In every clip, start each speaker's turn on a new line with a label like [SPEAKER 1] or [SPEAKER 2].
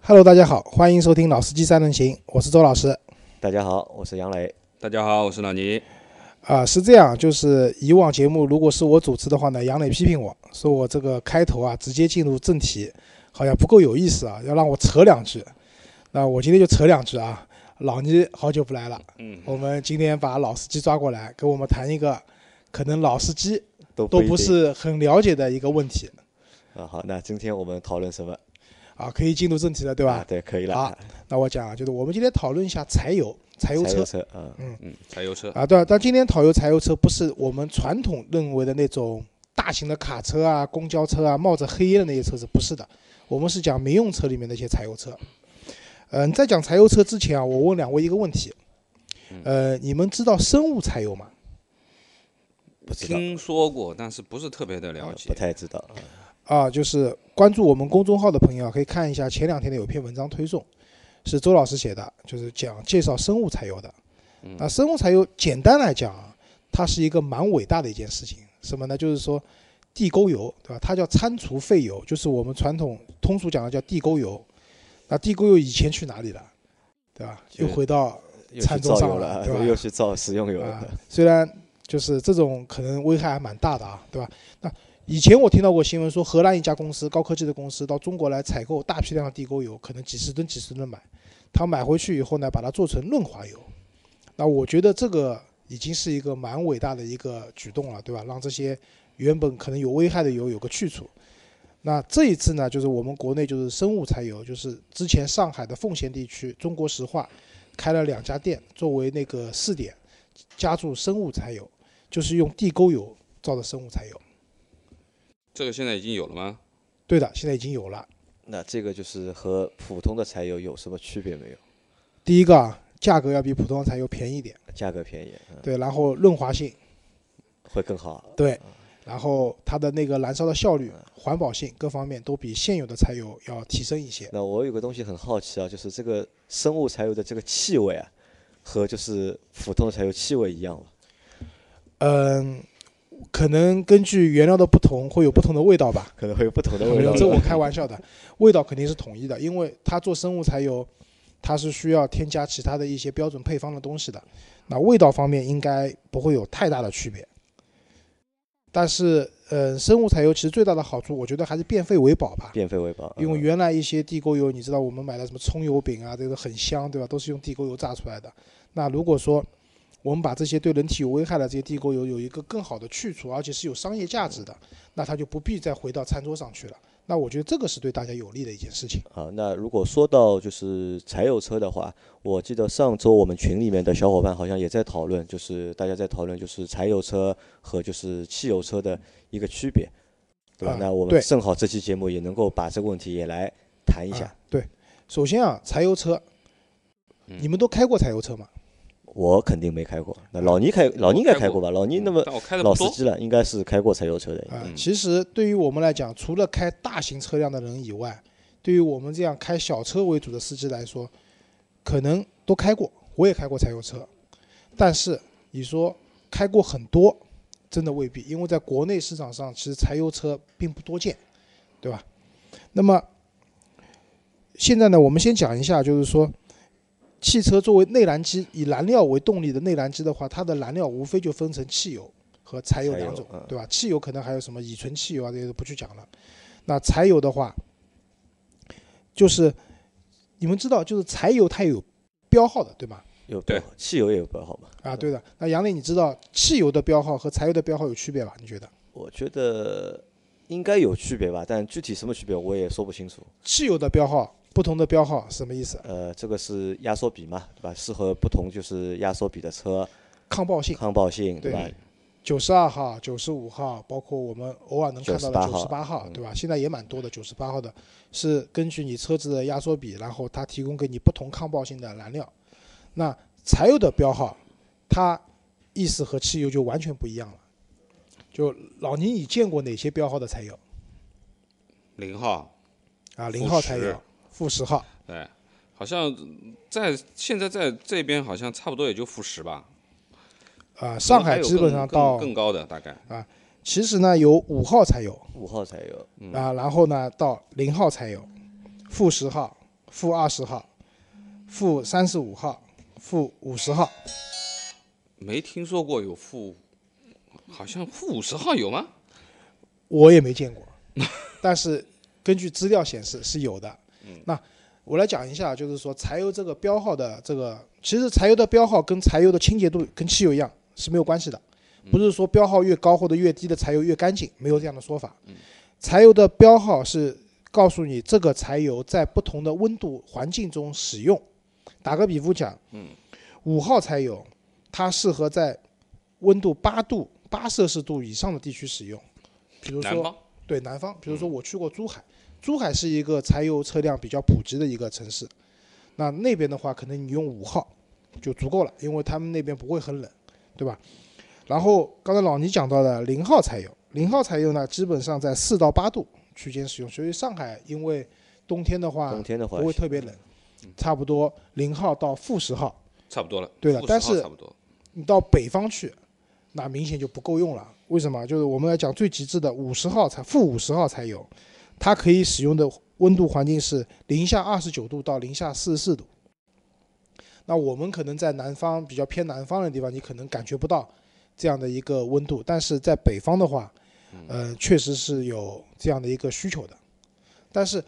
[SPEAKER 1] Hello，大家好，欢迎收听《老司机三人行》，我是周老师。
[SPEAKER 2] 大家好，我是杨磊。
[SPEAKER 3] 大家好，我是老倪。
[SPEAKER 1] 啊、是这样，就是以往节目如果是我主持的话呢，杨磊批评我说我这个开头啊，直接进入正题，好像不够有意思啊，要让我扯两句。那我今天就扯两句啊。老倪好久不来了，
[SPEAKER 3] 嗯，
[SPEAKER 1] 我们今天把老司机抓过来，跟我们谈一个可能老司机
[SPEAKER 2] 都
[SPEAKER 1] 都
[SPEAKER 2] 一
[SPEAKER 1] 不
[SPEAKER 2] 定
[SPEAKER 1] 是很了解的一个问题
[SPEAKER 2] 啊，好，那今天我们讨论什么？
[SPEAKER 1] 啊，可以进入正题了，对
[SPEAKER 2] 对
[SPEAKER 1] 吧？
[SPEAKER 2] 对，可以了。
[SPEAKER 1] 好那我讲啊，就是我们今天讨论一下柴油、柴油
[SPEAKER 2] 柴
[SPEAKER 1] 车
[SPEAKER 2] 油。车啊，
[SPEAKER 3] 嗯，柴油车，
[SPEAKER 1] 啊，对啊，但今天讨油柴油车不是我们传统认为的那种大型的卡车啊、公交车啊冒着黑烟的那些车子，不是的，我们是讲民用车里面的一些柴油车。嗯、在讲柴油车之前啊，我问两位一个问题，呃，你们知道生物柴油吗？
[SPEAKER 2] 不知道，
[SPEAKER 3] 听说过，但是不是特别的
[SPEAKER 2] 啊
[SPEAKER 3] 了解
[SPEAKER 2] 不。太知道。
[SPEAKER 1] 啊，就是关注我们公众号的朋友啊，可以看一下前两天的有篇文章推送，是周老师写的，就是讲介绍生物柴油的。那生物柴油简单来讲啊，它是一个蛮伟大的一件事情，什么呢？就是说地沟油，对吧？它叫餐厨废油，就是我们传统通俗讲的叫地沟油。那地沟油以前去哪里了？对吧？又
[SPEAKER 2] 就
[SPEAKER 1] 回到
[SPEAKER 2] 又
[SPEAKER 1] 餐
[SPEAKER 2] 去
[SPEAKER 1] 桌
[SPEAKER 2] 造
[SPEAKER 1] 上
[SPEAKER 2] 油
[SPEAKER 1] 了
[SPEAKER 2] 了，
[SPEAKER 1] 对吧
[SPEAKER 2] 又去造食用油
[SPEAKER 1] 啊
[SPEAKER 2] 了。，
[SPEAKER 1] 虽然就是这种可能危害还蛮大的啊，对吧？那以前我听到过新闻说，荷兰一家公司高科技的公司到中国来采购大批量的地沟油，可能几十吨、几十吨的买，他买回去以后呢，把它做成润滑油。那我觉得这个已经是一个蛮伟大的一个举动了，对吧？让这些原本可能有危害的油有个去处。那这一次呢，就是我们国内就是生物柴油，就是之前上海的奉贤地区中国石化开了两家店作为那个试点，加注生物柴油，就是用地沟油造的生物柴油。
[SPEAKER 3] 这个现在已经有了吗？
[SPEAKER 1] 对的，现在已经有了。
[SPEAKER 2] 那这个就是和普通的柴油有什么区别没有？
[SPEAKER 1] 第一个啊，价格要比普通柴油便宜一点，
[SPEAKER 2] 价格便宜，嗯
[SPEAKER 1] 对，然后润滑性，
[SPEAKER 2] 会更好。
[SPEAKER 1] 对，然后它的那个燃烧的效率、环保性各方面都比现有的柴油要提升一些。
[SPEAKER 2] 那我有个东西很好奇啊，就是这个生物柴油的这个气味啊，和就是普通的柴油气味一样吗？
[SPEAKER 1] 嗯，可能根据原料的不同，会有不同的味道吧。
[SPEAKER 2] 可能会有不同的
[SPEAKER 1] 没
[SPEAKER 2] 味
[SPEAKER 1] 有
[SPEAKER 2] 道。
[SPEAKER 1] 这我开玩笑的，味道肯定是统一的，因为它做生物柴油，它是需要添加其他的一些标准配方的东西的。那味道方面应该不会有太大的区别。但是，呃，生物柴油其实最大的好处，我觉得还是变废为宝吧。
[SPEAKER 2] 变废为宝，
[SPEAKER 1] 因为
[SPEAKER 2] 嗯
[SPEAKER 1] 原来一些地沟油，你知道我们买的什么葱油饼啊，这个很香，对吧？都是用地沟油榨出来的。那如果说我们把这些对人体有危害的这些地沟油有一个更好的去除，而且是有商业价值的，那它就不必再回到餐桌上去了。那我觉得这个是对大家有利的一件事情。
[SPEAKER 2] 好，那如果说到就是柴油车的话，我记得上周我们群里面的小伙伴好像也在讨论，就是大家在讨论就是柴油车和就是汽油车的一个区别，对吧？
[SPEAKER 1] 啊
[SPEAKER 2] 那我
[SPEAKER 1] 对
[SPEAKER 2] 们正好这期节目也能够把这个问题也来谈一下。
[SPEAKER 1] 啊对，首先啊，柴油车，你们都开过柴油车吗？
[SPEAKER 2] 我肯定没开过，那老倪开，老倪应该
[SPEAKER 3] 我开
[SPEAKER 2] 开
[SPEAKER 3] 过
[SPEAKER 2] 过吧？老倪那么
[SPEAKER 3] 但我开的
[SPEAKER 2] 老
[SPEAKER 3] 不
[SPEAKER 2] 司
[SPEAKER 3] 多。
[SPEAKER 2] 机了，应该是开过柴油车的。
[SPEAKER 1] 啊、
[SPEAKER 3] 嗯
[SPEAKER 1] 其实对于我们来讲，除了开大型车辆的人以外，对于我们这样开小车为主的司机来说，可能都开过，我也开过柴油车，但是你说开过很多，真的未必，因为在国内市场上，其实柴油车并不多见，对吧？那么现在呢，我们先讲一下，就是说。汽车作为内燃机，以燃料为动力的内燃机的话，它的燃料无非就分成汽油和柴油
[SPEAKER 2] 柴
[SPEAKER 1] 两
[SPEAKER 2] 油
[SPEAKER 1] 种
[SPEAKER 2] 嗯，
[SPEAKER 1] 对吧？汽油可能还有什么乙醇汽油啊，这些都不去讲了。那柴油的话，就是你们知道，就是柴油它也有标号的，对吗？
[SPEAKER 2] 有
[SPEAKER 3] 对
[SPEAKER 2] 标号汽油也有标号嘛？
[SPEAKER 1] 啊，对的。那杨磊，你知道汽油的标号和柴油的标号有区别吧？你觉得？
[SPEAKER 2] 我觉得应该有区别吧，但具体什么区别我也说不清楚。
[SPEAKER 1] 汽油的标号，不同的标号是什么意思？
[SPEAKER 2] 呃，这个是压缩比嘛，对吧？适合不同就是压缩比的车，
[SPEAKER 1] 抗爆性，
[SPEAKER 2] 抗爆性，
[SPEAKER 1] 对
[SPEAKER 2] 吧？
[SPEAKER 1] 九十二号、九十五号，包括我们偶尔能看到的
[SPEAKER 2] 98
[SPEAKER 1] 九十八号
[SPEAKER 2] 号，嗯
[SPEAKER 1] 对吧？现在也蛮多的，九十八号的是根据你车子的压缩比，然后它提供给你不同抗爆性的燃料。那柴油的标号，它意思和汽油就完全不一样了。就老倪，你见过哪些标号的柴油
[SPEAKER 3] 零号，
[SPEAKER 1] 啊？零号柴
[SPEAKER 3] 富
[SPEAKER 1] 油
[SPEAKER 3] 十、
[SPEAKER 1] 负十号，
[SPEAKER 3] 对，好像在现在在这边好像差不多也就负十吧。
[SPEAKER 1] 啊，上海基本上
[SPEAKER 3] 可能还
[SPEAKER 1] 到
[SPEAKER 3] 有更更更高的大概。
[SPEAKER 1] 其实呢有五号柴油
[SPEAKER 2] 五号柴油，
[SPEAKER 1] 啊，然后呢到零号柴油、负十号、负二十号、负三十五号、负五十号。
[SPEAKER 3] 没听说过有负，好像负五十号有吗？
[SPEAKER 1] 我也没见过，但是根据资料显示是有的。
[SPEAKER 3] 嗯
[SPEAKER 1] 那我来讲一下，就是说柴油这个标号的这个，其实柴油的标号跟柴油的清洁度跟汽油一样是没有关系的，
[SPEAKER 3] 嗯
[SPEAKER 1] 不是说标号越高或者越低的柴油越干净，没有这样的说法。
[SPEAKER 3] 嗯
[SPEAKER 1] 柴油的标号是告诉你这个柴油在不同的温度环境中使用。打个比方讲，
[SPEAKER 3] 嗯
[SPEAKER 1] 五号柴油它适合在温度八度、八摄氏度以上的地区使用，比如
[SPEAKER 3] 南
[SPEAKER 1] 说
[SPEAKER 3] 方
[SPEAKER 1] 对南方，比如
[SPEAKER 2] 嗯
[SPEAKER 1] 说我去过珠海，珠海是一个柴油车辆比较普及的一个城市，那那边的话，可能你用五号就足够了，因为他们那边不会很冷，对吧？然后刚才老倪讲到的零号柴油，零号柴油呢，基本上在四到八度区间使用，所以上海因为冬天的话
[SPEAKER 2] 冬天嗯的话
[SPEAKER 1] 不会特别冷，差不多零号到负十号，
[SPEAKER 3] 差不多了。
[SPEAKER 1] 对了
[SPEAKER 3] 负10
[SPEAKER 1] 但
[SPEAKER 3] 号
[SPEAKER 1] 是
[SPEAKER 3] 差不多。
[SPEAKER 1] 你到北方去，那明显就不够用了。为什么？就是我们要讲最极致的五十号才负五十号才有，它可以使用的温度环境是零下二十九度到零下四十四度。那我们可能在南方比较偏南方的地方，你可能感觉不到这样的一个温度，但是在北方的话，
[SPEAKER 2] 嗯
[SPEAKER 1] 呃，确实是有这样的一个需求的。但是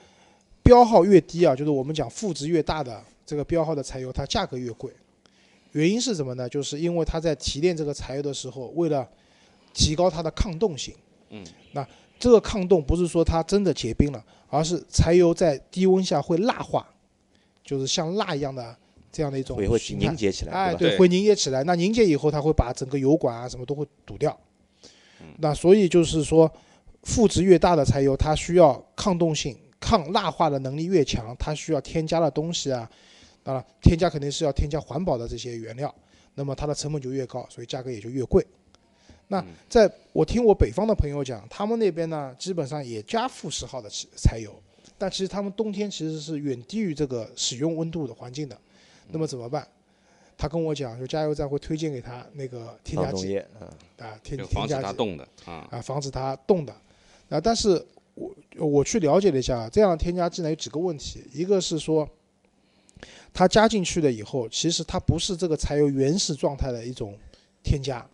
[SPEAKER 1] 标号越低啊，就是我们讲负值越大的这个标号的柴油，它价格越贵。原因是什么呢？就是因为它在提炼这个柴油的时候，为了提高它的抗冻性，
[SPEAKER 3] 嗯，
[SPEAKER 1] 那这个抗冻不是说它真的结冰了，而是柴油在低温下会蜡化，就是像蜡一样的这样的一种
[SPEAKER 2] 也会
[SPEAKER 1] 形态
[SPEAKER 2] 凝结起来，
[SPEAKER 1] 哎，
[SPEAKER 2] 对吧？
[SPEAKER 3] 对
[SPEAKER 1] 会凝结起来。那凝结以后，它会把整个油管啊什么都会堵掉。那所以就是说，负值越大的柴油，它需要抗冻性、抗蜡化的能力越强，它需要添加的东西啊，当然添加肯定是要添加环保的这些原料，那么它的成本就越高，所以价格也就越贵。那在我听我北方的朋友讲，他们那边呢，基本上也加负十号的柴柴油，但其实他们冬天其实是远低于这个使用温度的环境的。
[SPEAKER 3] 嗯
[SPEAKER 1] 那么怎么办？他跟我讲，就加油站会推荐给他那个添加
[SPEAKER 2] 抗冻
[SPEAKER 1] 剂
[SPEAKER 2] 液，嗯，
[SPEAKER 1] 啊，添
[SPEAKER 3] 就
[SPEAKER 1] 添
[SPEAKER 3] 防止
[SPEAKER 1] 加
[SPEAKER 3] 它
[SPEAKER 1] 剂。
[SPEAKER 3] 冻的啊。
[SPEAKER 1] 啊，防止它冻的。啊，但是我我去了解了一下，这样的添加剂呢有几个问题，一个是说，它加进去了以后，其实它不是这个柴油原始状态的一种添加，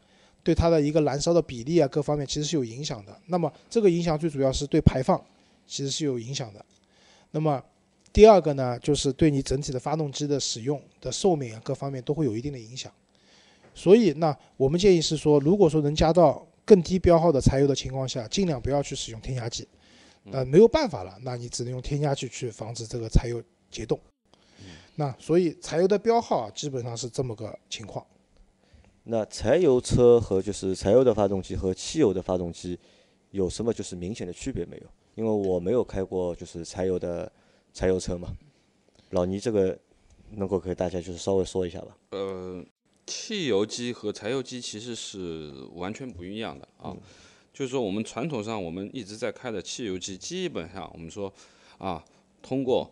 [SPEAKER 1] 对它的一个燃烧的比例啊各方面其实是有影响的。那么这个影响最主要是对排放其实是有影响的。那么第二个呢，就是对你整体的发动机的使用的寿命啊各方面都会有一定的影响。所以，那我们建议是说，如果说能加到更低标号的柴油的情况下，尽量不要去使用添加剂。
[SPEAKER 3] 嗯
[SPEAKER 1] 那没有办法了，那你只能用添加剂去防止这个柴油结冻。
[SPEAKER 3] 嗯
[SPEAKER 1] 那所以柴油的标号啊，基本上是这么个情况。
[SPEAKER 2] 那柴油车和就是柴油的发动机和汽油的发动机有什么就是明显的区别没有？因为我没有开过就是柴油的柴油车嘛。老倪这个能够给大家就是稍微说一下吧。
[SPEAKER 3] 呃，汽油机和柴油机其实是完全不一样的啊。就是说，我们传统上我们一直在开的汽油机，基本上我们说啊，通过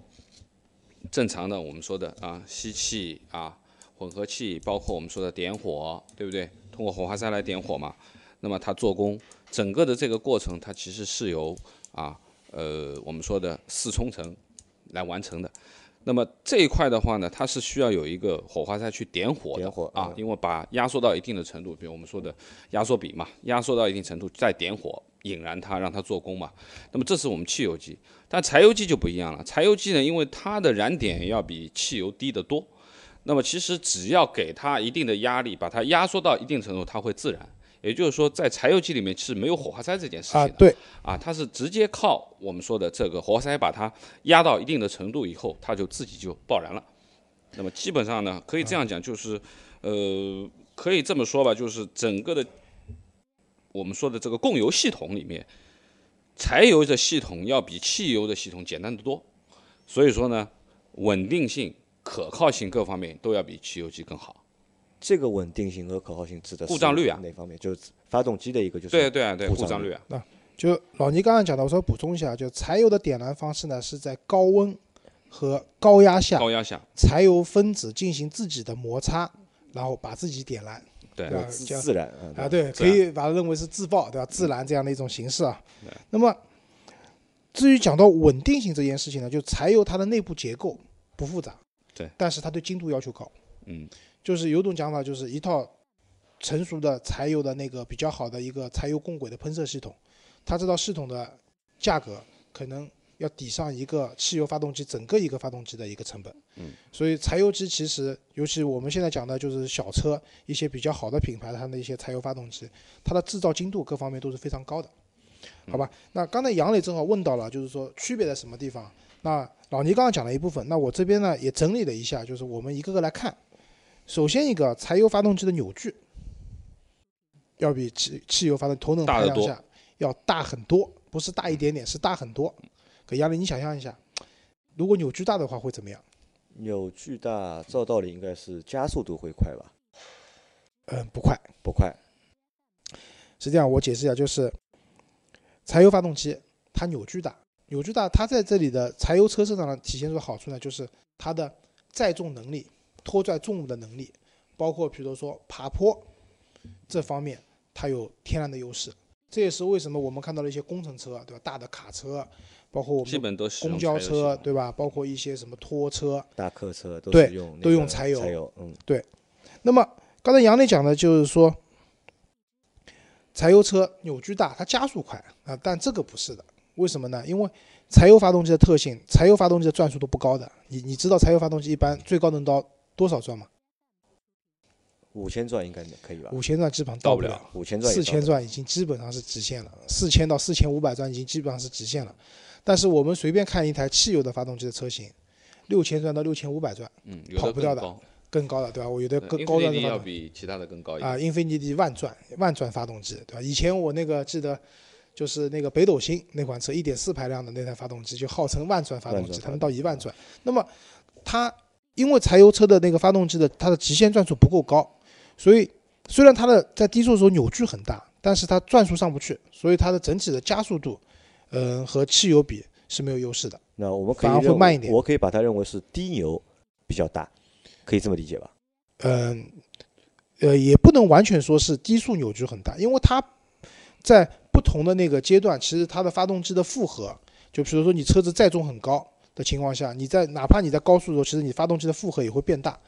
[SPEAKER 3] 正常的我们说的啊吸气啊混合气，包括我们说的点火，对不对？通过火花塞来点火嘛。那么它做工整个的这个过程，它其实是由啊呃我们说的四冲程来完成的。那么这一块的话呢，它是需要有一个火花塞去点火的
[SPEAKER 2] 点火
[SPEAKER 3] 啊
[SPEAKER 2] 嗯，
[SPEAKER 3] 因为把压缩到一定的程度，比如我们说的压缩比嘛，压缩到一定程度再点火引燃它，让它做工嘛。那么这是我们汽油机，但柴油机就不一样了。柴油机呢，因为它的燃点要比汽油低得多，那么其实只要给它一定的压力，把它压缩到一定程度，它会自燃。也就是说，在柴油机里面是没有火花塞这件事情
[SPEAKER 1] 啊，
[SPEAKER 3] 的。
[SPEAKER 1] 对，
[SPEAKER 3] 啊，它是直接靠我们说的这个活塞把它压到一定的程度以后，它就自己就爆燃了。那么基本上呢，可以这样讲，就是，呃，可以这么说吧，就是整个的我们说的这个供油系统里面，柴油的系统要比汽油的系统简单得多，所以说呢，稳定性、可靠性各方面都要比汽油机更好。
[SPEAKER 2] 这个稳定性和可靠性指的是
[SPEAKER 3] 故障率啊
[SPEAKER 2] 哪方面？就是发动机的一个就是
[SPEAKER 3] 对啊对啊对啊，
[SPEAKER 2] 故
[SPEAKER 3] 故
[SPEAKER 2] 障
[SPEAKER 3] 障
[SPEAKER 2] 率
[SPEAKER 3] 率啊，
[SPEAKER 1] 就老倪刚才讲的，我稍微补充一下，就柴油的点燃方式呢是在高温和高压下，
[SPEAKER 3] 高压下，
[SPEAKER 1] 柴油分子进行自己的摩擦，然后把自己点燃。
[SPEAKER 3] 对
[SPEAKER 1] 对啊
[SPEAKER 2] 自
[SPEAKER 1] 这样
[SPEAKER 2] 自燃啊。
[SPEAKER 1] 啊，对，
[SPEAKER 3] 自
[SPEAKER 1] 可以把它认为是自爆，对吧？自燃这样的一种形式啊。那么，至于讲到稳定性这件事情呢，就柴油它的内部结构，不复杂，
[SPEAKER 3] 对，
[SPEAKER 1] 但是它对精度要求高。
[SPEAKER 3] 嗯，
[SPEAKER 1] 就是有种讲法，就是一套成熟的柴油的那个比较好的一个柴油共轨的喷射系统，它这套系统的价格可能要抵上一个汽油发动机整个一个发动机的一个成本。
[SPEAKER 3] 嗯，
[SPEAKER 1] 所以柴油机其实，尤其我们现在讲的就是小车一些比较好的品牌，它的一些柴油发动机，它的制造精度各方面都是非常高的。好吧，那刚才杨磊正好问到了，就是说区别在什么地方？那老倪刚刚讲了一部分，那我这边呢也整理了一下，就是我们一个个来看。首先一个，柴油发动机的扭矩要比汽汽油发动头等
[SPEAKER 3] 大
[SPEAKER 1] 排
[SPEAKER 3] 得
[SPEAKER 1] 量
[SPEAKER 3] 多
[SPEAKER 1] 下要大很多，不是大一点点，是大很多。可杨磊，你想象一下，如果扭矩大的话会怎么样？
[SPEAKER 2] 扭矩大，照道理应该是加速度会快吧？
[SPEAKER 1] 嗯，不快。
[SPEAKER 2] 不快，
[SPEAKER 1] 实际上我解释一下，就是柴油发动机它扭矩大，扭矩大，它在这里的柴油车身上呢体现出的好处呢，就是它的载重能力、拖拽重物的能力，包括比如说爬坡这方面，它有天然的优势。这也是为什么我们看到了一些工程车，啊对吧？大的卡车，啊包括我
[SPEAKER 3] 基
[SPEAKER 1] 们
[SPEAKER 3] 本都使
[SPEAKER 1] 公
[SPEAKER 3] 用
[SPEAKER 1] 交
[SPEAKER 3] 柴油
[SPEAKER 1] 车，啊
[SPEAKER 3] 系统
[SPEAKER 1] 对吧？包括一些什么拖车，啊
[SPEAKER 2] 大客车都
[SPEAKER 1] 对
[SPEAKER 2] 是用那
[SPEAKER 1] 都用
[SPEAKER 2] 个
[SPEAKER 1] 柴油
[SPEAKER 2] 柴油，嗯，
[SPEAKER 1] 那么刚才杨磊讲的就是说，柴油车扭矩大，它加速快啊，但这个不是的，为什么呢？因为柴油发动机的特性，柴油发动机的转速都不高的。你你知道柴油发动机一般最高能到多少转吗？
[SPEAKER 2] 五千转应该可以吧？
[SPEAKER 1] 五千转基本上
[SPEAKER 3] 到
[SPEAKER 1] 不
[SPEAKER 3] 不
[SPEAKER 1] 了
[SPEAKER 3] 了，
[SPEAKER 2] 五千转，
[SPEAKER 1] 四千，转已经基本上是极限了，四千到四千五百转已经基本上是极限了。但是我们随便看一台汽油的发动机的车型，六千转到六千五百转
[SPEAKER 3] 嗯，有
[SPEAKER 1] 跑
[SPEAKER 3] 的
[SPEAKER 1] 不掉
[SPEAKER 3] 更
[SPEAKER 1] 的
[SPEAKER 3] 高，
[SPEAKER 1] 更高了，对吧？我有的更
[SPEAKER 3] 对
[SPEAKER 1] 高端
[SPEAKER 3] Infiniti
[SPEAKER 1] 的发
[SPEAKER 3] 要
[SPEAKER 1] 动
[SPEAKER 3] 比其他的更高一
[SPEAKER 1] 啊，
[SPEAKER 3] 点。
[SPEAKER 1] 英菲尼迪万转万转发动机，对吧？以前我那个记得就是那个北斗星那款车，一点四排量的那台发动机，就号称万转发动
[SPEAKER 2] 万转
[SPEAKER 1] 机，
[SPEAKER 2] 发
[SPEAKER 1] 它能到一万转。那么它因为柴油车的那个发动机的它的极限转速不够高，所以虽然它的在低速的时候扭矩很大，但是它转速上不去，所以它的整体的加速度，呃，和汽油比是没有优势的。
[SPEAKER 2] 那我们可以
[SPEAKER 1] 反而会
[SPEAKER 2] 认为
[SPEAKER 1] 慢一点
[SPEAKER 2] 我可以把它认为是低扭比较大，可以这么理解吧？
[SPEAKER 1] 嗯，呃，也不能完全说是低速扭矩很大，因为它在不同的那个阶段，其实它的发动机的负荷，就比如说你车子载重很高的情况下，你在哪怕你在高速的时候，其实你发动机的负荷也会变大，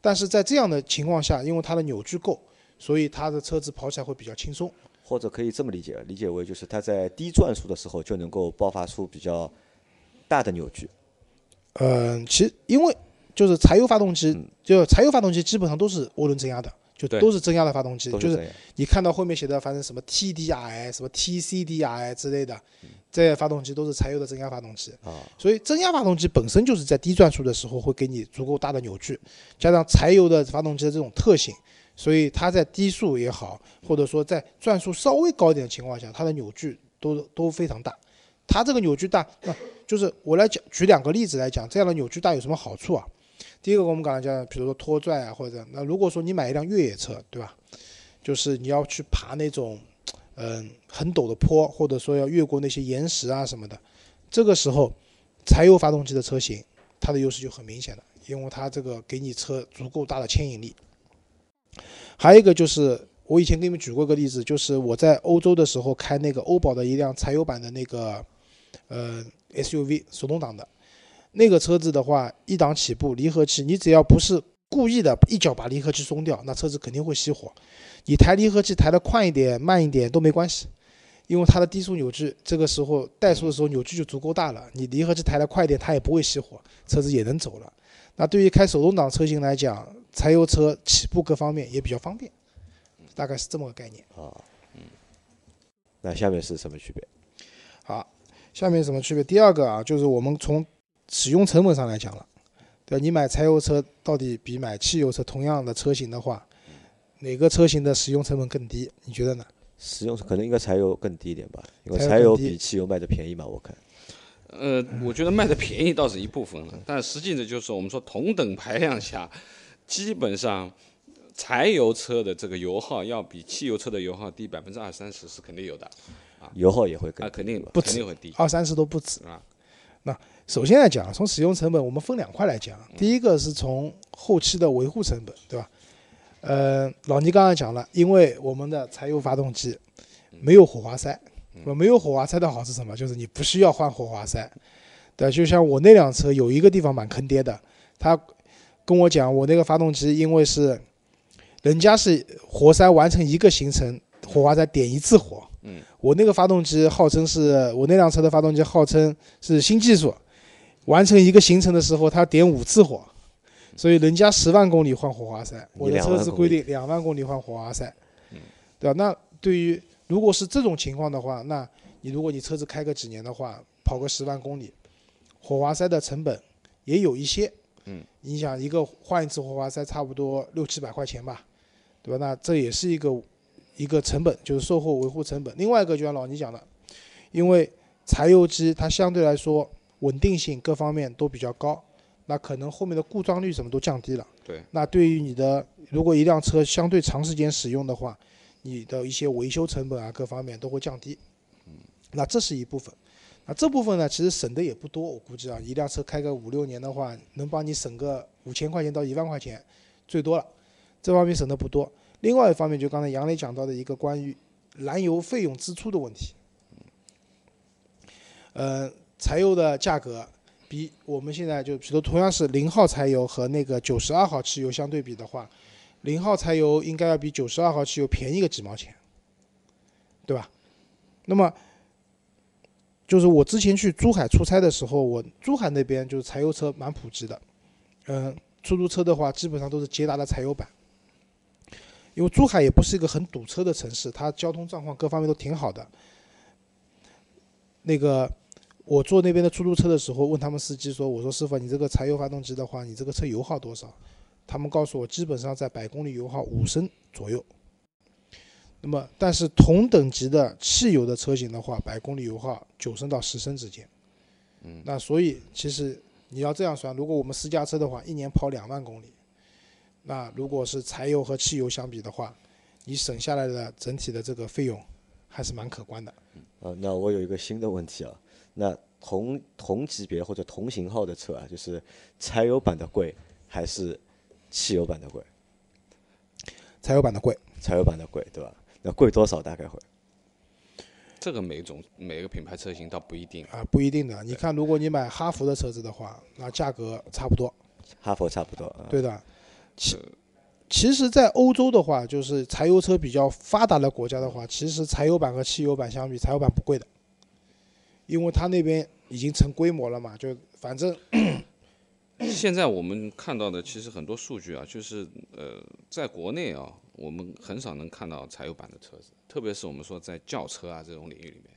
[SPEAKER 1] 但是在这样的情况下，因为它的扭矩够，所以它的车子跑起来会比较轻松。
[SPEAKER 2] 或者可以这么理解，理解为就是它在低转速的时候就能够爆发出比较大的扭矩，
[SPEAKER 1] 嗯，其实因为就是柴油发动机
[SPEAKER 2] 嗯，
[SPEAKER 1] 就柴油发动机基本上都是涡轮增压的，就
[SPEAKER 3] 对
[SPEAKER 1] 都是增压的发动机，
[SPEAKER 2] 都
[SPEAKER 1] 就是
[SPEAKER 2] 这样。
[SPEAKER 1] 你看到后面写的，反正什么 TDI、什么 TCDI 之类的，这些发动机都是柴油的增压发动机。
[SPEAKER 2] 啊，
[SPEAKER 1] 所以增压发动机本身就是在低转速的时候会给你足够大的扭矩，加上柴油的发动机的这种特性，所以它在低速也好，或者说在转速稍微高一点的情况下，它的扭矩都都非常大。它这个扭矩大，那就是我来讲举两个例子来讲，这样的扭矩大有什么好处啊？第一个我们刚才讲，比如说拖拽啊，或者那如果说你买一辆越野车，对吧？就是你要去爬那种，嗯，很陡的坡，或者说要越过那些岩石啊什么的，这个时候柴油发动机的车型，它的优势就很明显了，因为它这个给你车足够大的牵引力。还有一个就是我以前给你们举过一个例子，就是我在欧洲的时候开那个欧宝的一辆柴油版的那个呃 SUV 手动挡的，那个车子的话，一档起步，离合器你只要不是故意的一脚把离合器松掉，那车子肯定会熄火。你抬离合器抬得快一点、慢一点都没关系，因为它的低速扭矩，这个时候怠速的时候扭矩就足够大了。你离合器抬得快一点，它也不会熄火，车子也能走了。那对于开手动挡车型来讲，柴油车起步各方面也比较方便，大概是这么个概念。
[SPEAKER 2] 啊嗯那下面是什么区别？
[SPEAKER 1] 好，下面有什么区别？第二个啊，就是我们从使用成本上来讲了，对吧？啊你买柴油车到底比买汽油车同样的车型的话，哪个车型的使用成本更低？你觉得呢？
[SPEAKER 2] 使用可能应该柴油更低一点吧，因为
[SPEAKER 1] 柴
[SPEAKER 2] 柴
[SPEAKER 1] 油
[SPEAKER 2] 油
[SPEAKER 1] 更低
[SPEAKER 2] 比汽油卖的便宜嘛，我看。
[SPEAKER 3] 呃，我觉得卖的便宜倒是一部分了，但实际的就是我们说同等排量下，基本上柴油车的这个油耗要比汽油车的油耗低百分之二三十是肯定有的，
[SPEAKER 2] 油耗也会更
[SPEAKER 3] 啊，肯定
[SPEAKER 1] 不
[SPEAKER 3] 肯定会低
[SPEAKER 1] 二三十都不止
[SPEAKER 3] 啊。
[SPEAKER 1] 那首先来讲，从使用成本，我们分两块来讲。第一个是从后期的维护成本，对吧？呃，老倪刚才讲了，因为我们的柴油发动机没有火花塞，那没有火花塞的好是什么？就是你不需要换火花塞。对，就像我那辆车有一个地方蛮坑爹的，他跟我讲，我那个发动机因为是人家是活塞完成一个行程，火花塞点一次火，
[SPEAKER 3] 嗯，
[SPEAKER 1] 我那个发动机号称是我那辆车的发动机号称是新技术，完成一个行程的时候，它点五次火，所以人家十万公里换火花塞，
[SPEAKER 2] 你
[SPEAKER 1] 我的
[SPEAKER 2] 2
[SPEAKER 1] 车
[SPEAKER 2] 万
[SPEAKER 1] 子
[SPEAKER 2] 公
[SPEAKER 1] 规
[SPEAKER 2] 里
[SPEAKER 1] 定
[SPEAKER 2] 嗯
[SPEAKER 1] 两万公里换火花塞，对吧？那对于如果是这种情况的话，那你如果你车子开个几年的话，跑个十万公里，火花塞的成本也有一些，
[SPEAKER 3] 嗯，
[SPEAKER 1] 你想一个换一次火花塞差不多六七百块钱吧，对吧？那这也是一个一个成本，就是售后维护成本。另外一个就像老倪讲的，因为柴油机它相对来说稳定性各方面都比较高，那可能后面的故障率什么都降低了。
[SPEAKER 3] 对，
[SPEAKER 1] 那对于你的如果一辆车相对长时间使用的话，你的一些维修成本啊各方面都会降低。那这是一部分。那这部分呢，其实省的也不多，我估计啊，一辆车开个五六年的话，能帮你省个五千块钱到一万块钱，最多了。这方面省的不多。另外一方面，就刚才杨磊讲到的一个关于燃油费用支出的问题。呃，柴油的价格比我们现在就，比如同样是零号柴油和那个九十二号汽油相对比的话，零号柴油应该要比九十二号汽油便宜个几毛钱，对吧？那么就是我之前去珠海出差的时候，我珠海那边就是柴油车蛮普及的，嗯、出租车的话基本上都是捷达的柴油版。因为珠海也不是一个很堵车的城市，它交通状况各方面都挺好的。那个我坐那边的出租车的时候，问他们司机说：“我说师傅，你这个柴油发动机的话，你这个车油耗多少？”他们告诉我，基本上在百公里油耗五升左右。那么，但是同等级的汽油的车型的话，百公里油耗九升到十升之间。嗯，那所以其实你要这样算，如果我们私家车的话，一年跑两万公里，那如果是柴油和汽油相比的话，你省下来的整体的这个费用还是蛮可观的。
[SPEAKER 2] 呃，那我有一个新的问题啊，那同同级别或者同型号的车啊，就是柴油版的贵还是汽油版的贵？
[SPEAKER 1] 柴油版的贵，
[SPEAKER 2] 柴油版的贵，对吧？那贵多少大概会？
[SPEAKER 3] 这个每种每个品牌车型倒不一定。
[SPEAKER 1] 啊，不一定的。你看，如果你买哈弗的车子的话，那价格差不多，
[SPEAKER 2] 哈佛差不多
[SPEAKER 3] 嗯
[SPEAKER 2] 啊。
[SPEAKER 1] 对的。其其实，在欧洲的话，就是柴油车比较发达的国家的话，其实柴油版和汽油版相比，柴油版不贵的，因为它那边已经成规模了嘛，就反正
[SPEAKER 3] 现在我们看到的其实很多数据啊，就是呃，在国内啊，我们很少能看到柴油版的车子，特别是我们说在轿车啊这种领域里面。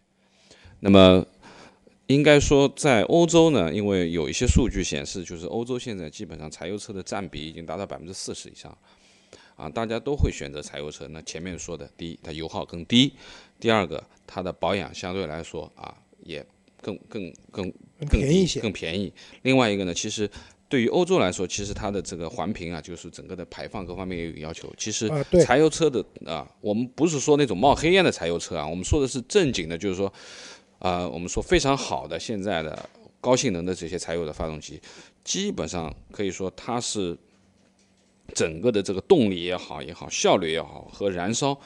[SPEAKER 3] 那么，应该说在欧洲呢，因为有一些数据显示，就是欧洲现在基本上柴油车的占比已经达到百分之四十以上，啊，大家都会选择柴油车。那前面说的，第一，它油耗更低；第二个，它的保养相对来说啊，也更更更更
[SPEAKER 1] 便宜
[SPEAKER 3] 低
[SPEAKER 1] 一些。
[SPEAKER 3] 更便宜。另外一个呢，其实对于欧洲来说，其实它的这个环评啊，就是整个的排放各方面也有要求。其实
[SPEAKER 1] 啊对
[SPEAKER 3] 柴油车的啊，我们不是说那种冒黑烟的柴油车啊，我们说的是正经的，就是说，啊，我们说非常好的现在的高性能的这些柴油的发动机，基本上可以说它是整个的这个动力也好也好，效率也好和燃烧。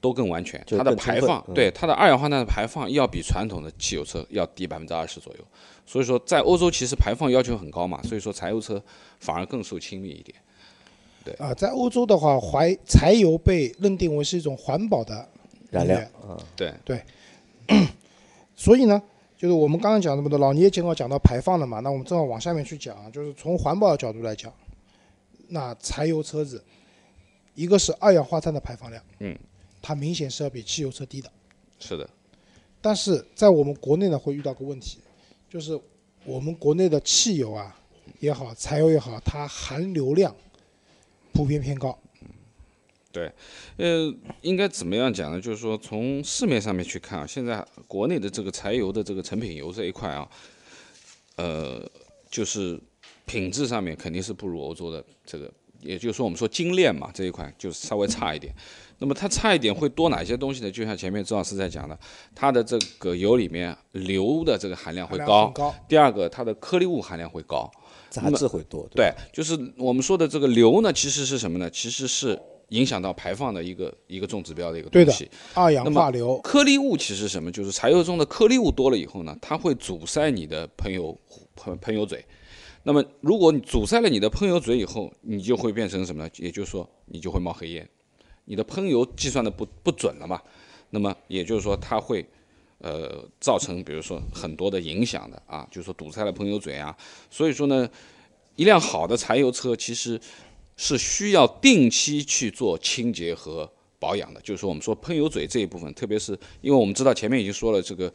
[SPEAKER 3] 都更完全，
[SPEAKER 2] 就
[SPEAKER 3] 它的
[SPEAKER 2] 更充
[SPEAKER 3] 排
[SPEAKER 2] 分
[SPEAKER 3] 放
[SPEAKER 2] 嗯
[SPEAKER 3] 对它的二氧化碳的排放要比传统的汽油车要低百分之二十左右。所以说，在欧洲其实排放要求很高嘛，所以说柴油车反而更受青睐一点。
[SPEAKER 1] 啊、在欧洲的话，怀柴油被认定为是一种环保的
[SPEAKER 2] 燃
[SPEAKER 1] 能
[SPEAKER 2] 料
[SPEAKER 1] 源
[SPEAKER 2] 啊，
[SPEAKER 3] 对，
[SPEAKER 1] 所以呢，就是我们刚刚讲那么多，老倪也正好讲到排放了嘛，那我们正好往下面去讲啊，就是从环保的角度来讲，那柴油车子，一个是二氧化碳的排放量，
[SPEAKER 3] 嗯，
[SPEAKER 1] 它明显是要比汽油车低的，
[SPEAKER 3] 是的，
[SPEAKER 1] 但是在我们国内呢会遇到个问题，就是我们国内的汽油啊也好，柴油也好，它含硫量普遍偏高，
[SPEAKER 3] 呃，应该怎么样讲呢？就是说，从市面上面去看啊，现在国内的这个柴油的这个成品油这一块啊，呃，就是品质上面肯定是不如欧洲的这个，也就是说我们说精炼嘛这一块就是稍微差一点。那么它差一点会多哪些东西呢？就像前面周老师在讲的，它的这个油里面硫的这个含量会
[SPEAKER 1] 含量
[SPEAKER 3] 高
[SPEAKER 1] 很，高，
[SPEAKER 3] 第二个它的颗粒物含量会高。
[SPEAKER 2] 杂质会多。吧
[SPEAKER 3] 对，就是我们说的这个硫呢，其实是什么呢？其实是影响到排放的一个一个重指标的一个
[SPEAKER 1] 对
[SPEAKER 3] 东
[SPEAKER 1] 的
[SPEAKER 3] 西。
[SPEAKER 1] 二氧
[SPEAKER 3] 那么
[SPEAKER 1] 化硫，
[SPEAKER 3] 颗粒物其实是什么？就是柴油中的颗粒物多了以后呢，它会阻塞你的喷油喷喷油嘴。那么，如果你阻塞了你的喷油嘴以后，你就会变成什么呢？也就是说，你就会冒黑烟，你的喷油计算的不不准了嘛。那么也就是说，它会呃造成比如说很多的影响的啊，就是说堵塞了喷油嘴啊。所以说呢，一辆好的柴油车其实是需要定期去做清洁和保养的，就是说我们说喷油嘴这一部分，特别是因为我们知道前面已经说了这个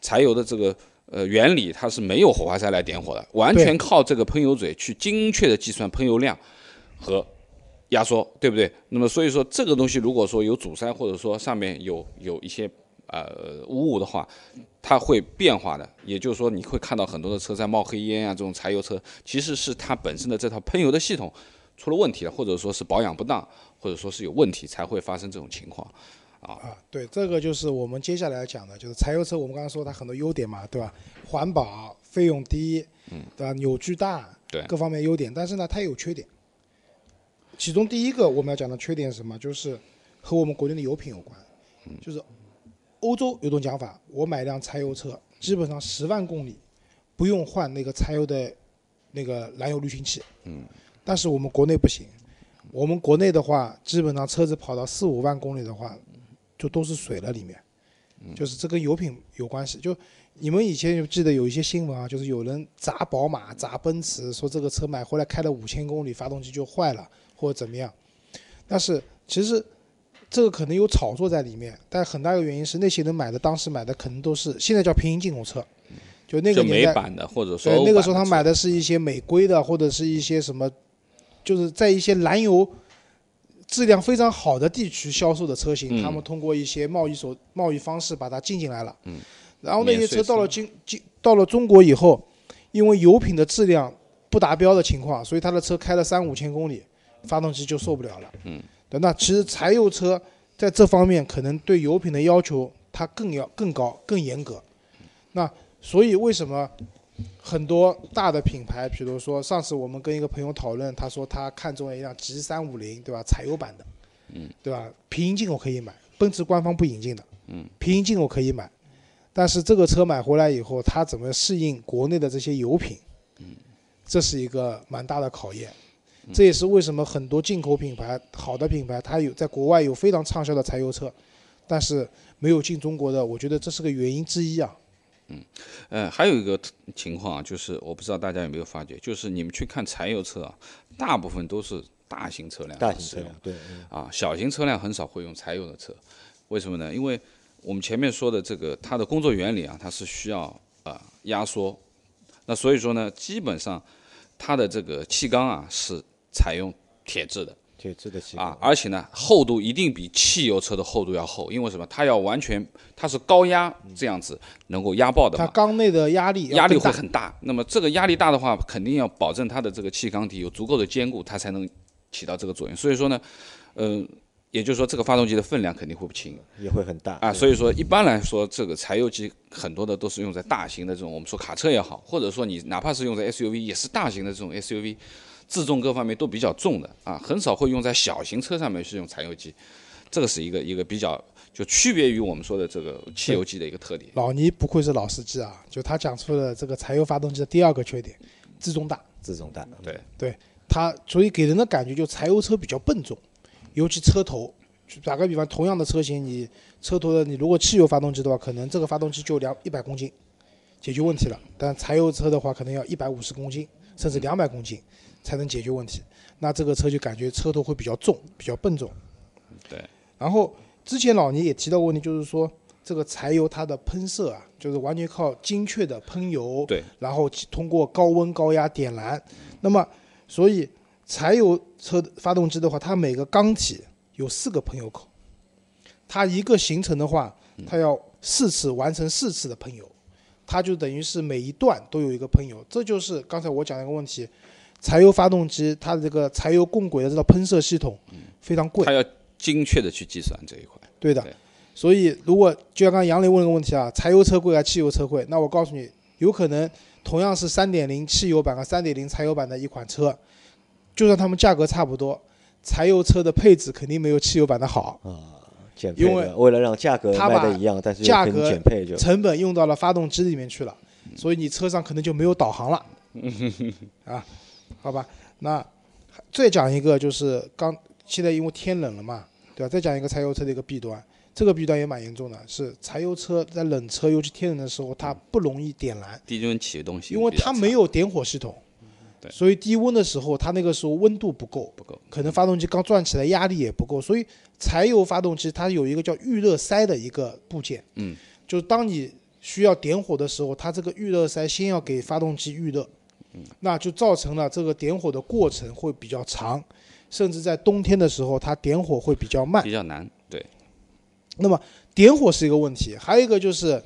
[SPEAKER 3] 柴油的这个呃原理，它是没有火花塞来点火的，完全靠这个喷油嘴去精确的计算喷油量和压缩，对不对？那么所以说这个东西如果说有阻塞或者说上面有有一些呃污物的话，它会变化的，也就是说你会看到很多的车在冒黑烟啊，这种柴油车其实是它本身的这套喷油的系统出了问题了，或者说是保养不当，或者说是有问题才会发生这种情况。
[SPEAKER 1] 啊，对，这个就是我们接下来要讲的，就是柴油车。我们刚刚说它很多优点嘛，对吧？环保、费用低，嗯，对吧？扭矩大，
[SPEAKER 3] 对
[SPEAKER 1] 各方面优点。但是呢，它也有缺点。其中第一个我们要讲的缺点是什么？就是和我们国内的油品有关。就是欧洲有种讲法，我买辆柴油车，基本上十万公里不用换那个柴油的那个燃油滤清器。嗯。但是我们国内不行，我们国内的话，基本上车子跑到四五万公里的话，就都是水了里面，就是这跟油品有关系。就你们以前有记得有一些新闻啊，就是有人砸宝马、砸奔驰，说这个车买回来开了五千公里，发动机就坏了或者怎么样。但是其实这个可能有炒作在里面，但很大一个原因是那些人买的，当时买的可能都是现在叫平行进口车，就那个
[SPEAKER 3] 就美
[SPEAKER 1] 年代
[SPEAKER 3] 版的或者说
[SPEAKER 1] 对，那个时候他
[SPEAKER 3] 欧版的车
[SPEAKER 1] 买的是一些美规的，或者是一些什么，就是在一些燃油质量非常好的地区销售的车型，
[SPEAKER 3] 嗯
[SPEAKER 1] 他们通过一些贸易所贸易方式把它进进来了。嗯，然后那些
[SPEAKER 3] 免税
[SPEAKER 1] 车
[SPEAKER 3] 车
[SPEAKER 1] 到了经经到了中国以后，因为油品的质量不达标的情况，所以他的车开了三五千公里，发动机就受不了了。嗯，对，那其实柴油车在这方面可能对油品的要求它更要更高、更严格。那所以为什么很多大的品牌，比如说上次我们跟一个朋友讨论，他说他看中了一辆 G 三五零，对吧？柴油版的，嗯，对吧？平行进口可以买，奔驰官方不引进的，嗯，平行进口可以买，但是这个车买回来以后，它怎么适应国内的这些油品，嗯，这是一个蛮大的考验。
[SPEAKER 3] 嗯
[SPEAKER 1] 这也是为什么很多进口品牌、好的品牌，它有在国外有非常畅销的柴油车，但是没有进中国的，我觉得这是个原因之一啊。
[SPEAKER 3] 呃，还有一个特情况啊，就是我不知道大家有没有发觉，就是你们去看柴油车啊，大部分都是大型车辆，
[SPEAKER 2] 大型车辆，对，嗯
[SPEAKER 3] 啊，小型车辆很少会用柴油的车，为什么呢？因为我们前面说的这个它的工作原理啊，它是需要啊、呃压缩，那所以说呢，基本上它的这个气缸啊是采用铁质的，
[SPEAKER 2] 铁质的气缸
[SPEAKER 3] 啊，，而且呢，厚度一定比汽油车的厚度要厚，因为什么？它要完全，它是高压这样子能够压爆的
[SPEAKER 1] 它
[SPEAKER 3] 嘛，
[SPEAKER 1] 缸内的压力要
[SPEAKER 3] 压力
[SPEAKER 1] 更
[SPEAKER 3] 会
[SPEAKER 1] 大
[SPEAKER 3] 很大。那么这个压力大的话，肯定要保证它的这个气缸体有足够的坚固，它才能起到这个作用。所以说呢，嗯、也就是说这个发动机的分量肯定会不轻
[SPEAKER 2] 也会很大
[SPEAKER 3] 啊。所以说一般来说，这个柴油机很多的都是用在大型的这种我们说卡车也好，或者说你哪怕是用在 SUV，也是大型的这种 SUV，自重各方面都比较重的啊，很少会用在小型车上面是用柴油机，这个是一个一个比较就区别于我们说的这个汽油机的一个特点。
[SPEAKER 1] 老倪不愧是老司机啊，就他讲出了这个柴油发动机的第二个缺点，自重大。
[SPEAKER 2] 自重大，
[SPEAKER 3] 对，
[SPEAKER 1] 它所以给人的感觉就柴油车比较笨重，尤其车头。就打个比方，同样的车型，你车头的你如果汽油发动机的话，可能这个发动机就两一百公斤，解决问题了。但柴油车的话，可能要一百五十公斤，甚至两百公斤才能解决问题。那这个车就感觉车头会比较重，比较笨重。
[SPEAKER 3] 对。
[SPEAKER 1] 然后之前老倪也提到过问题，就是说这个柴油它的喷射啊，就是完全靠精确的喷油，
[SPEAKER 3] 对，
[SPEAKER 1] 然后通过高温高压点燃。那么所以柴油车发动机的话，它每个缸体有四个喷油口，它一个行程的话，它要四次完成四次的喷油，它就等于是每一段都有一个喷油。这就是刚才我讲的一个问题，柴油发动机它的这个柴油共轨的这套喷射系统非常贵
[SPEAKER 3] 它，要精确的去计算这一块。
[SPEAKER 1] 对的
[SPEAKER 3] 对。
[SPEAKER 1] 所以如果就像刚才杨磊问了个问题啊，柴油车贵还是汽油车贵？那我告诉你，有可能同样是三点零汽油版和三点零柴油版的一款车，就算它们价格差不多，柴油车的配置肯定没有汽油版的好。
[SPEAKER 2] 减
[SPEAKER 1] 因
[SPEAKER 2] 配
[SPEAKER 1] 为
[SPEAKER 2] 的，为了让价格
[SPEAKER 1] 它
[SPEAKER 2] 卖
[SPEAKER 1] 把
[SPEAKER 2] 的一样，但是又
[SPEAKER 1] 价
[SPEAKER 2] 跟
[SPEAKER 1] 格
[SPEAKER 2] 减配就
[SPEAKER 1] 成本用到了发动机里面去了，所以你车上可能就没有导航了，啊，好吧，那再讲一个就是刚现在因为天冷了嘛，对吧？再讲一个柴油车的一个弊端，这个弊端也蛮严重的，是柴油车在冷车，尤其天冷的时候，它不容易点燃，
[SPEAKER 3] 低温启动性
[SPEAKER 1] 因为
[SPEAKER 3] 比较
[SPEAKER 1] 它
[SPEAKER 3] 差
[SPEAKER 1] 没有点火系统，
[SPEAKER 3] 对
[SPEAKER 1] 所以低温的时候，它那个时候温度不够，
[SPEAKER 3] 不够，
[SPEAKER 1] 可能发动机刚转起来压力也不够，所以柴油发动机它有一个叫预热塞的一个部件，
[SPEAKER 3] 嗯，
[SPEAKER 1] 就是当你需要点火的时候，它这个预热塞先要给发动机预热，嗯，那就造成了这个点火的过程会比较长，甚至在冬天的时候它点火会比较慢。
[SPEAKER 3] 比较难，对，
[SPEAKER 1] 那么点火是一个问题，还有一个就是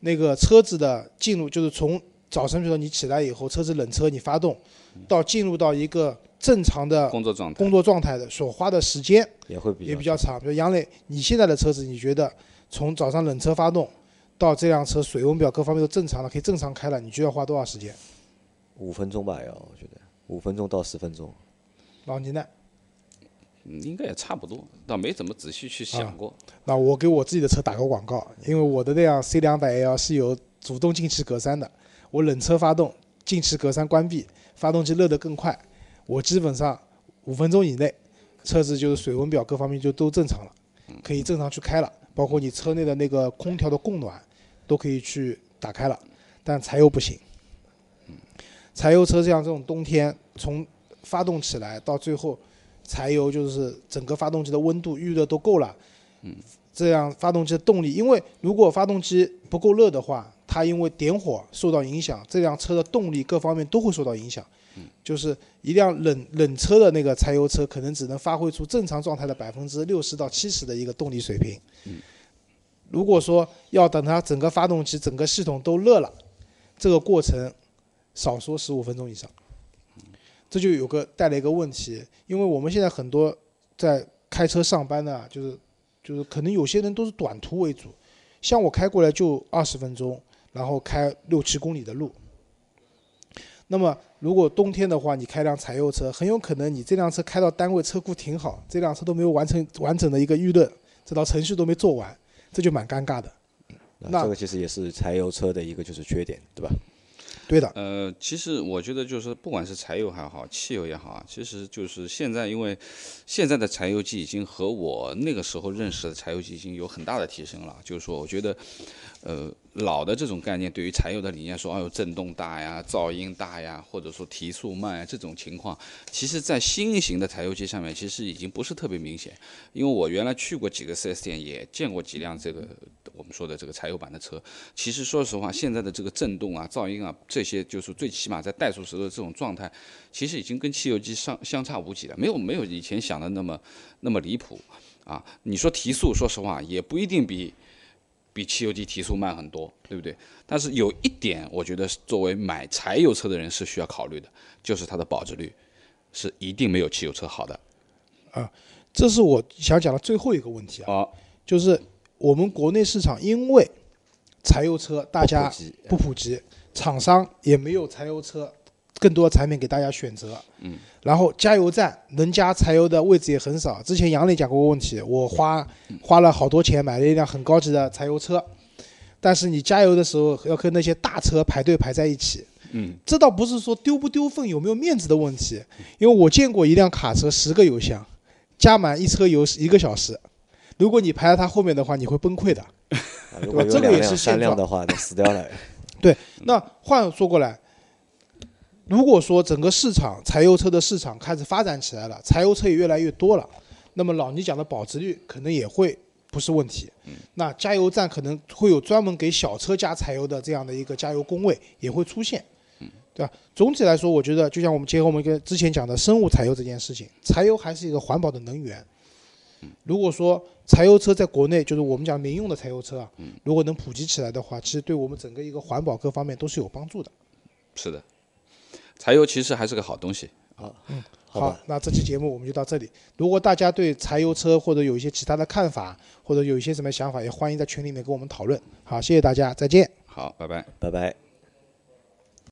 [SPEAKER 1] 那个车子的进入，就是从早晨，比如说你起来以后，车子冷车你发动，到进入到一个正常的
[SPEAKER 3] 工作状态
[SPEAKER 1] 呃工作状态的所花的时间
[SPEAKER 2] 也会比
[SPEAKER 1] 也
[SPEAKER 2] 较
[SPEAKER 1] 比较长。比如杨磊，你现在的车子，你觉得从早上冷车发动到这辆车水温表各方面都正常了，可以正常开了，你就要花多少时间？
[SPEAKER 2] 五分钟吧，要我觉得五分钟到十分钟。
[SPEAKER 1] 老倪呢？
[SPEAKER 3] 嗯应该也差不多，倒没怎么仔细去
[SPEAKER 1] 啊
[SPEAKER 3] 想过。
[SPEAKER 1] 那我给我自己的车打个广告，因为我的那辆 C 两百 L 是有主动进气格栅的，我冷车发动，进气格栅关闭，发动机热得更快，我基本上五分钟以内，车子就是水温表各方面就都正常了，可以正常去开了，包括你车内的那个空调的供暖都可以去打开了，但柴油不行。柴油车像这种冬天从发动起来到最后，柴油就是整个发动机的温度预热都够了。这样发动机的动力，因为如果发动机不够热的话，它因为点火受到影响，这辆车的动力各方面都会受到影响。就是一辆冷冷车的那个柴油车，可能只能发挥出正常状态的百分之六十到七十的一个动力水平。如果说要等它整个发动机、整个系统都热了，这个过程少说十五分钟以上，这就有个带来一个问题，因为我们现在很多在开车上班的啊，就是就是可能有些人都是短途为主，像我开过来就二十分钟，然后开六七公里的路。那么如果冬天的话，你开辆柴油车，很有可能你这辆车开到单位车库停好，这辆车都没有完成完整的一个预热，这道程序都没做完，这就蛮尴尬的。那
[SPEAKER 2] 那这个其实也是柴油车的一个就是缺点，对吧？
[SPEAKER 1] 对的，
[SPEAKER 3] 呃，其实我觉得就是不管是柴油还好，汽油也好啊，其实就是现在因为现在的柴油机已经和我那个时候认识的柴油机已经有很大的提升了。就是说，我觉得，呃，老的这种概念对于柴油的理念说，哎呦，震动大呀，噪音大呀，或者说提速慢呀这种情况，其实在新型的柴油机上面其实已经不是特别明显。因为我原来去过几个 4S 店，也见过几辆这个我们说的这个柴油版的车，其实说实话，现在的这个震动啊、噪音啊这些，就是最起码在怠速时的这种状态，其实已经跟汽油机相相差无几了，没有没有以前想的那么那么离谱啊。你说提速，说实话也不一定比比汽油机提速慢很多，对不对？但是有一点，我觉得是作为买柴油车的人是需要考虑的，就是它的保值率是一定没有汽油车好的。
[SPEAKER 1] 这是我想讲的最后一个问题啊，
[SPEAKER 3] 啊，
[SPEAKER 1] 就是我们国内市场因为柴油车大家
[SPEAKER 2] 不普及
[SPEAKER 1] 不普及，厂商也没有柴油车更多的产品给大家选择。嗯，然后加油站能加柴油的位置也很少。之前杨磊讲过个问题，我花花了好多钱买了一辆很高级的柴油车，但是你加油的时候要跟那些大车排队排在一起。
[SPEAKER 3] 嗯，
[SPEAKER 1] 这倒不是说丢不丢份、有没有面子的问题，因为我见过一辆卡车十个油箱，加满一车油是一个小时。如果你排在它后面的话，你会崩溃的。
[SPEAKER 2] 啊，如果有
[SPEAKER 1] 这个
[SPEAKER 2] 两
[SPEAKER 1] 也是
[SPEAKER 2] 辆、
[SPEAKER 1] 现
[SPEAKER 2] 三辆
[SPEAKER 1] 状
[SPEAKER 2] 的话，那死掉 了。
[SPEAKER 1] 对，那话又说过来，如果说整个市场柴油车的市场开始发展起来了，柴油车也越来越多了，那么老倪讲的保值率可能也会不是问题。那加油站可能会有专门给小车加柴油的这样的一个加油工位也会出现，对吧？总体来说，我觉得就像我们结合我们跟之前讲的生物柴油这件事情，柴油还是一个环保的能源。如果说柴油车在国内就是我们讲民用的柴油车啊，如果能普及起来的话，其实对我们整个一个环保各方面都是有帮助的。
[SPEAKER 3] 是的，柴油其实还是个好东西。
[SPEAKER 2] 好吧，
[SPEAKER 1] 那这期节目我们就到这里。如果大家对柴油车或者有一些其他的看法，或者有一些什么想法，也欢迎在群里面跟我们讨论。好，谢谢大家，再见。
[SPEAKER 3] 好，拜拜。
[SPEAKER 2] 拜拜。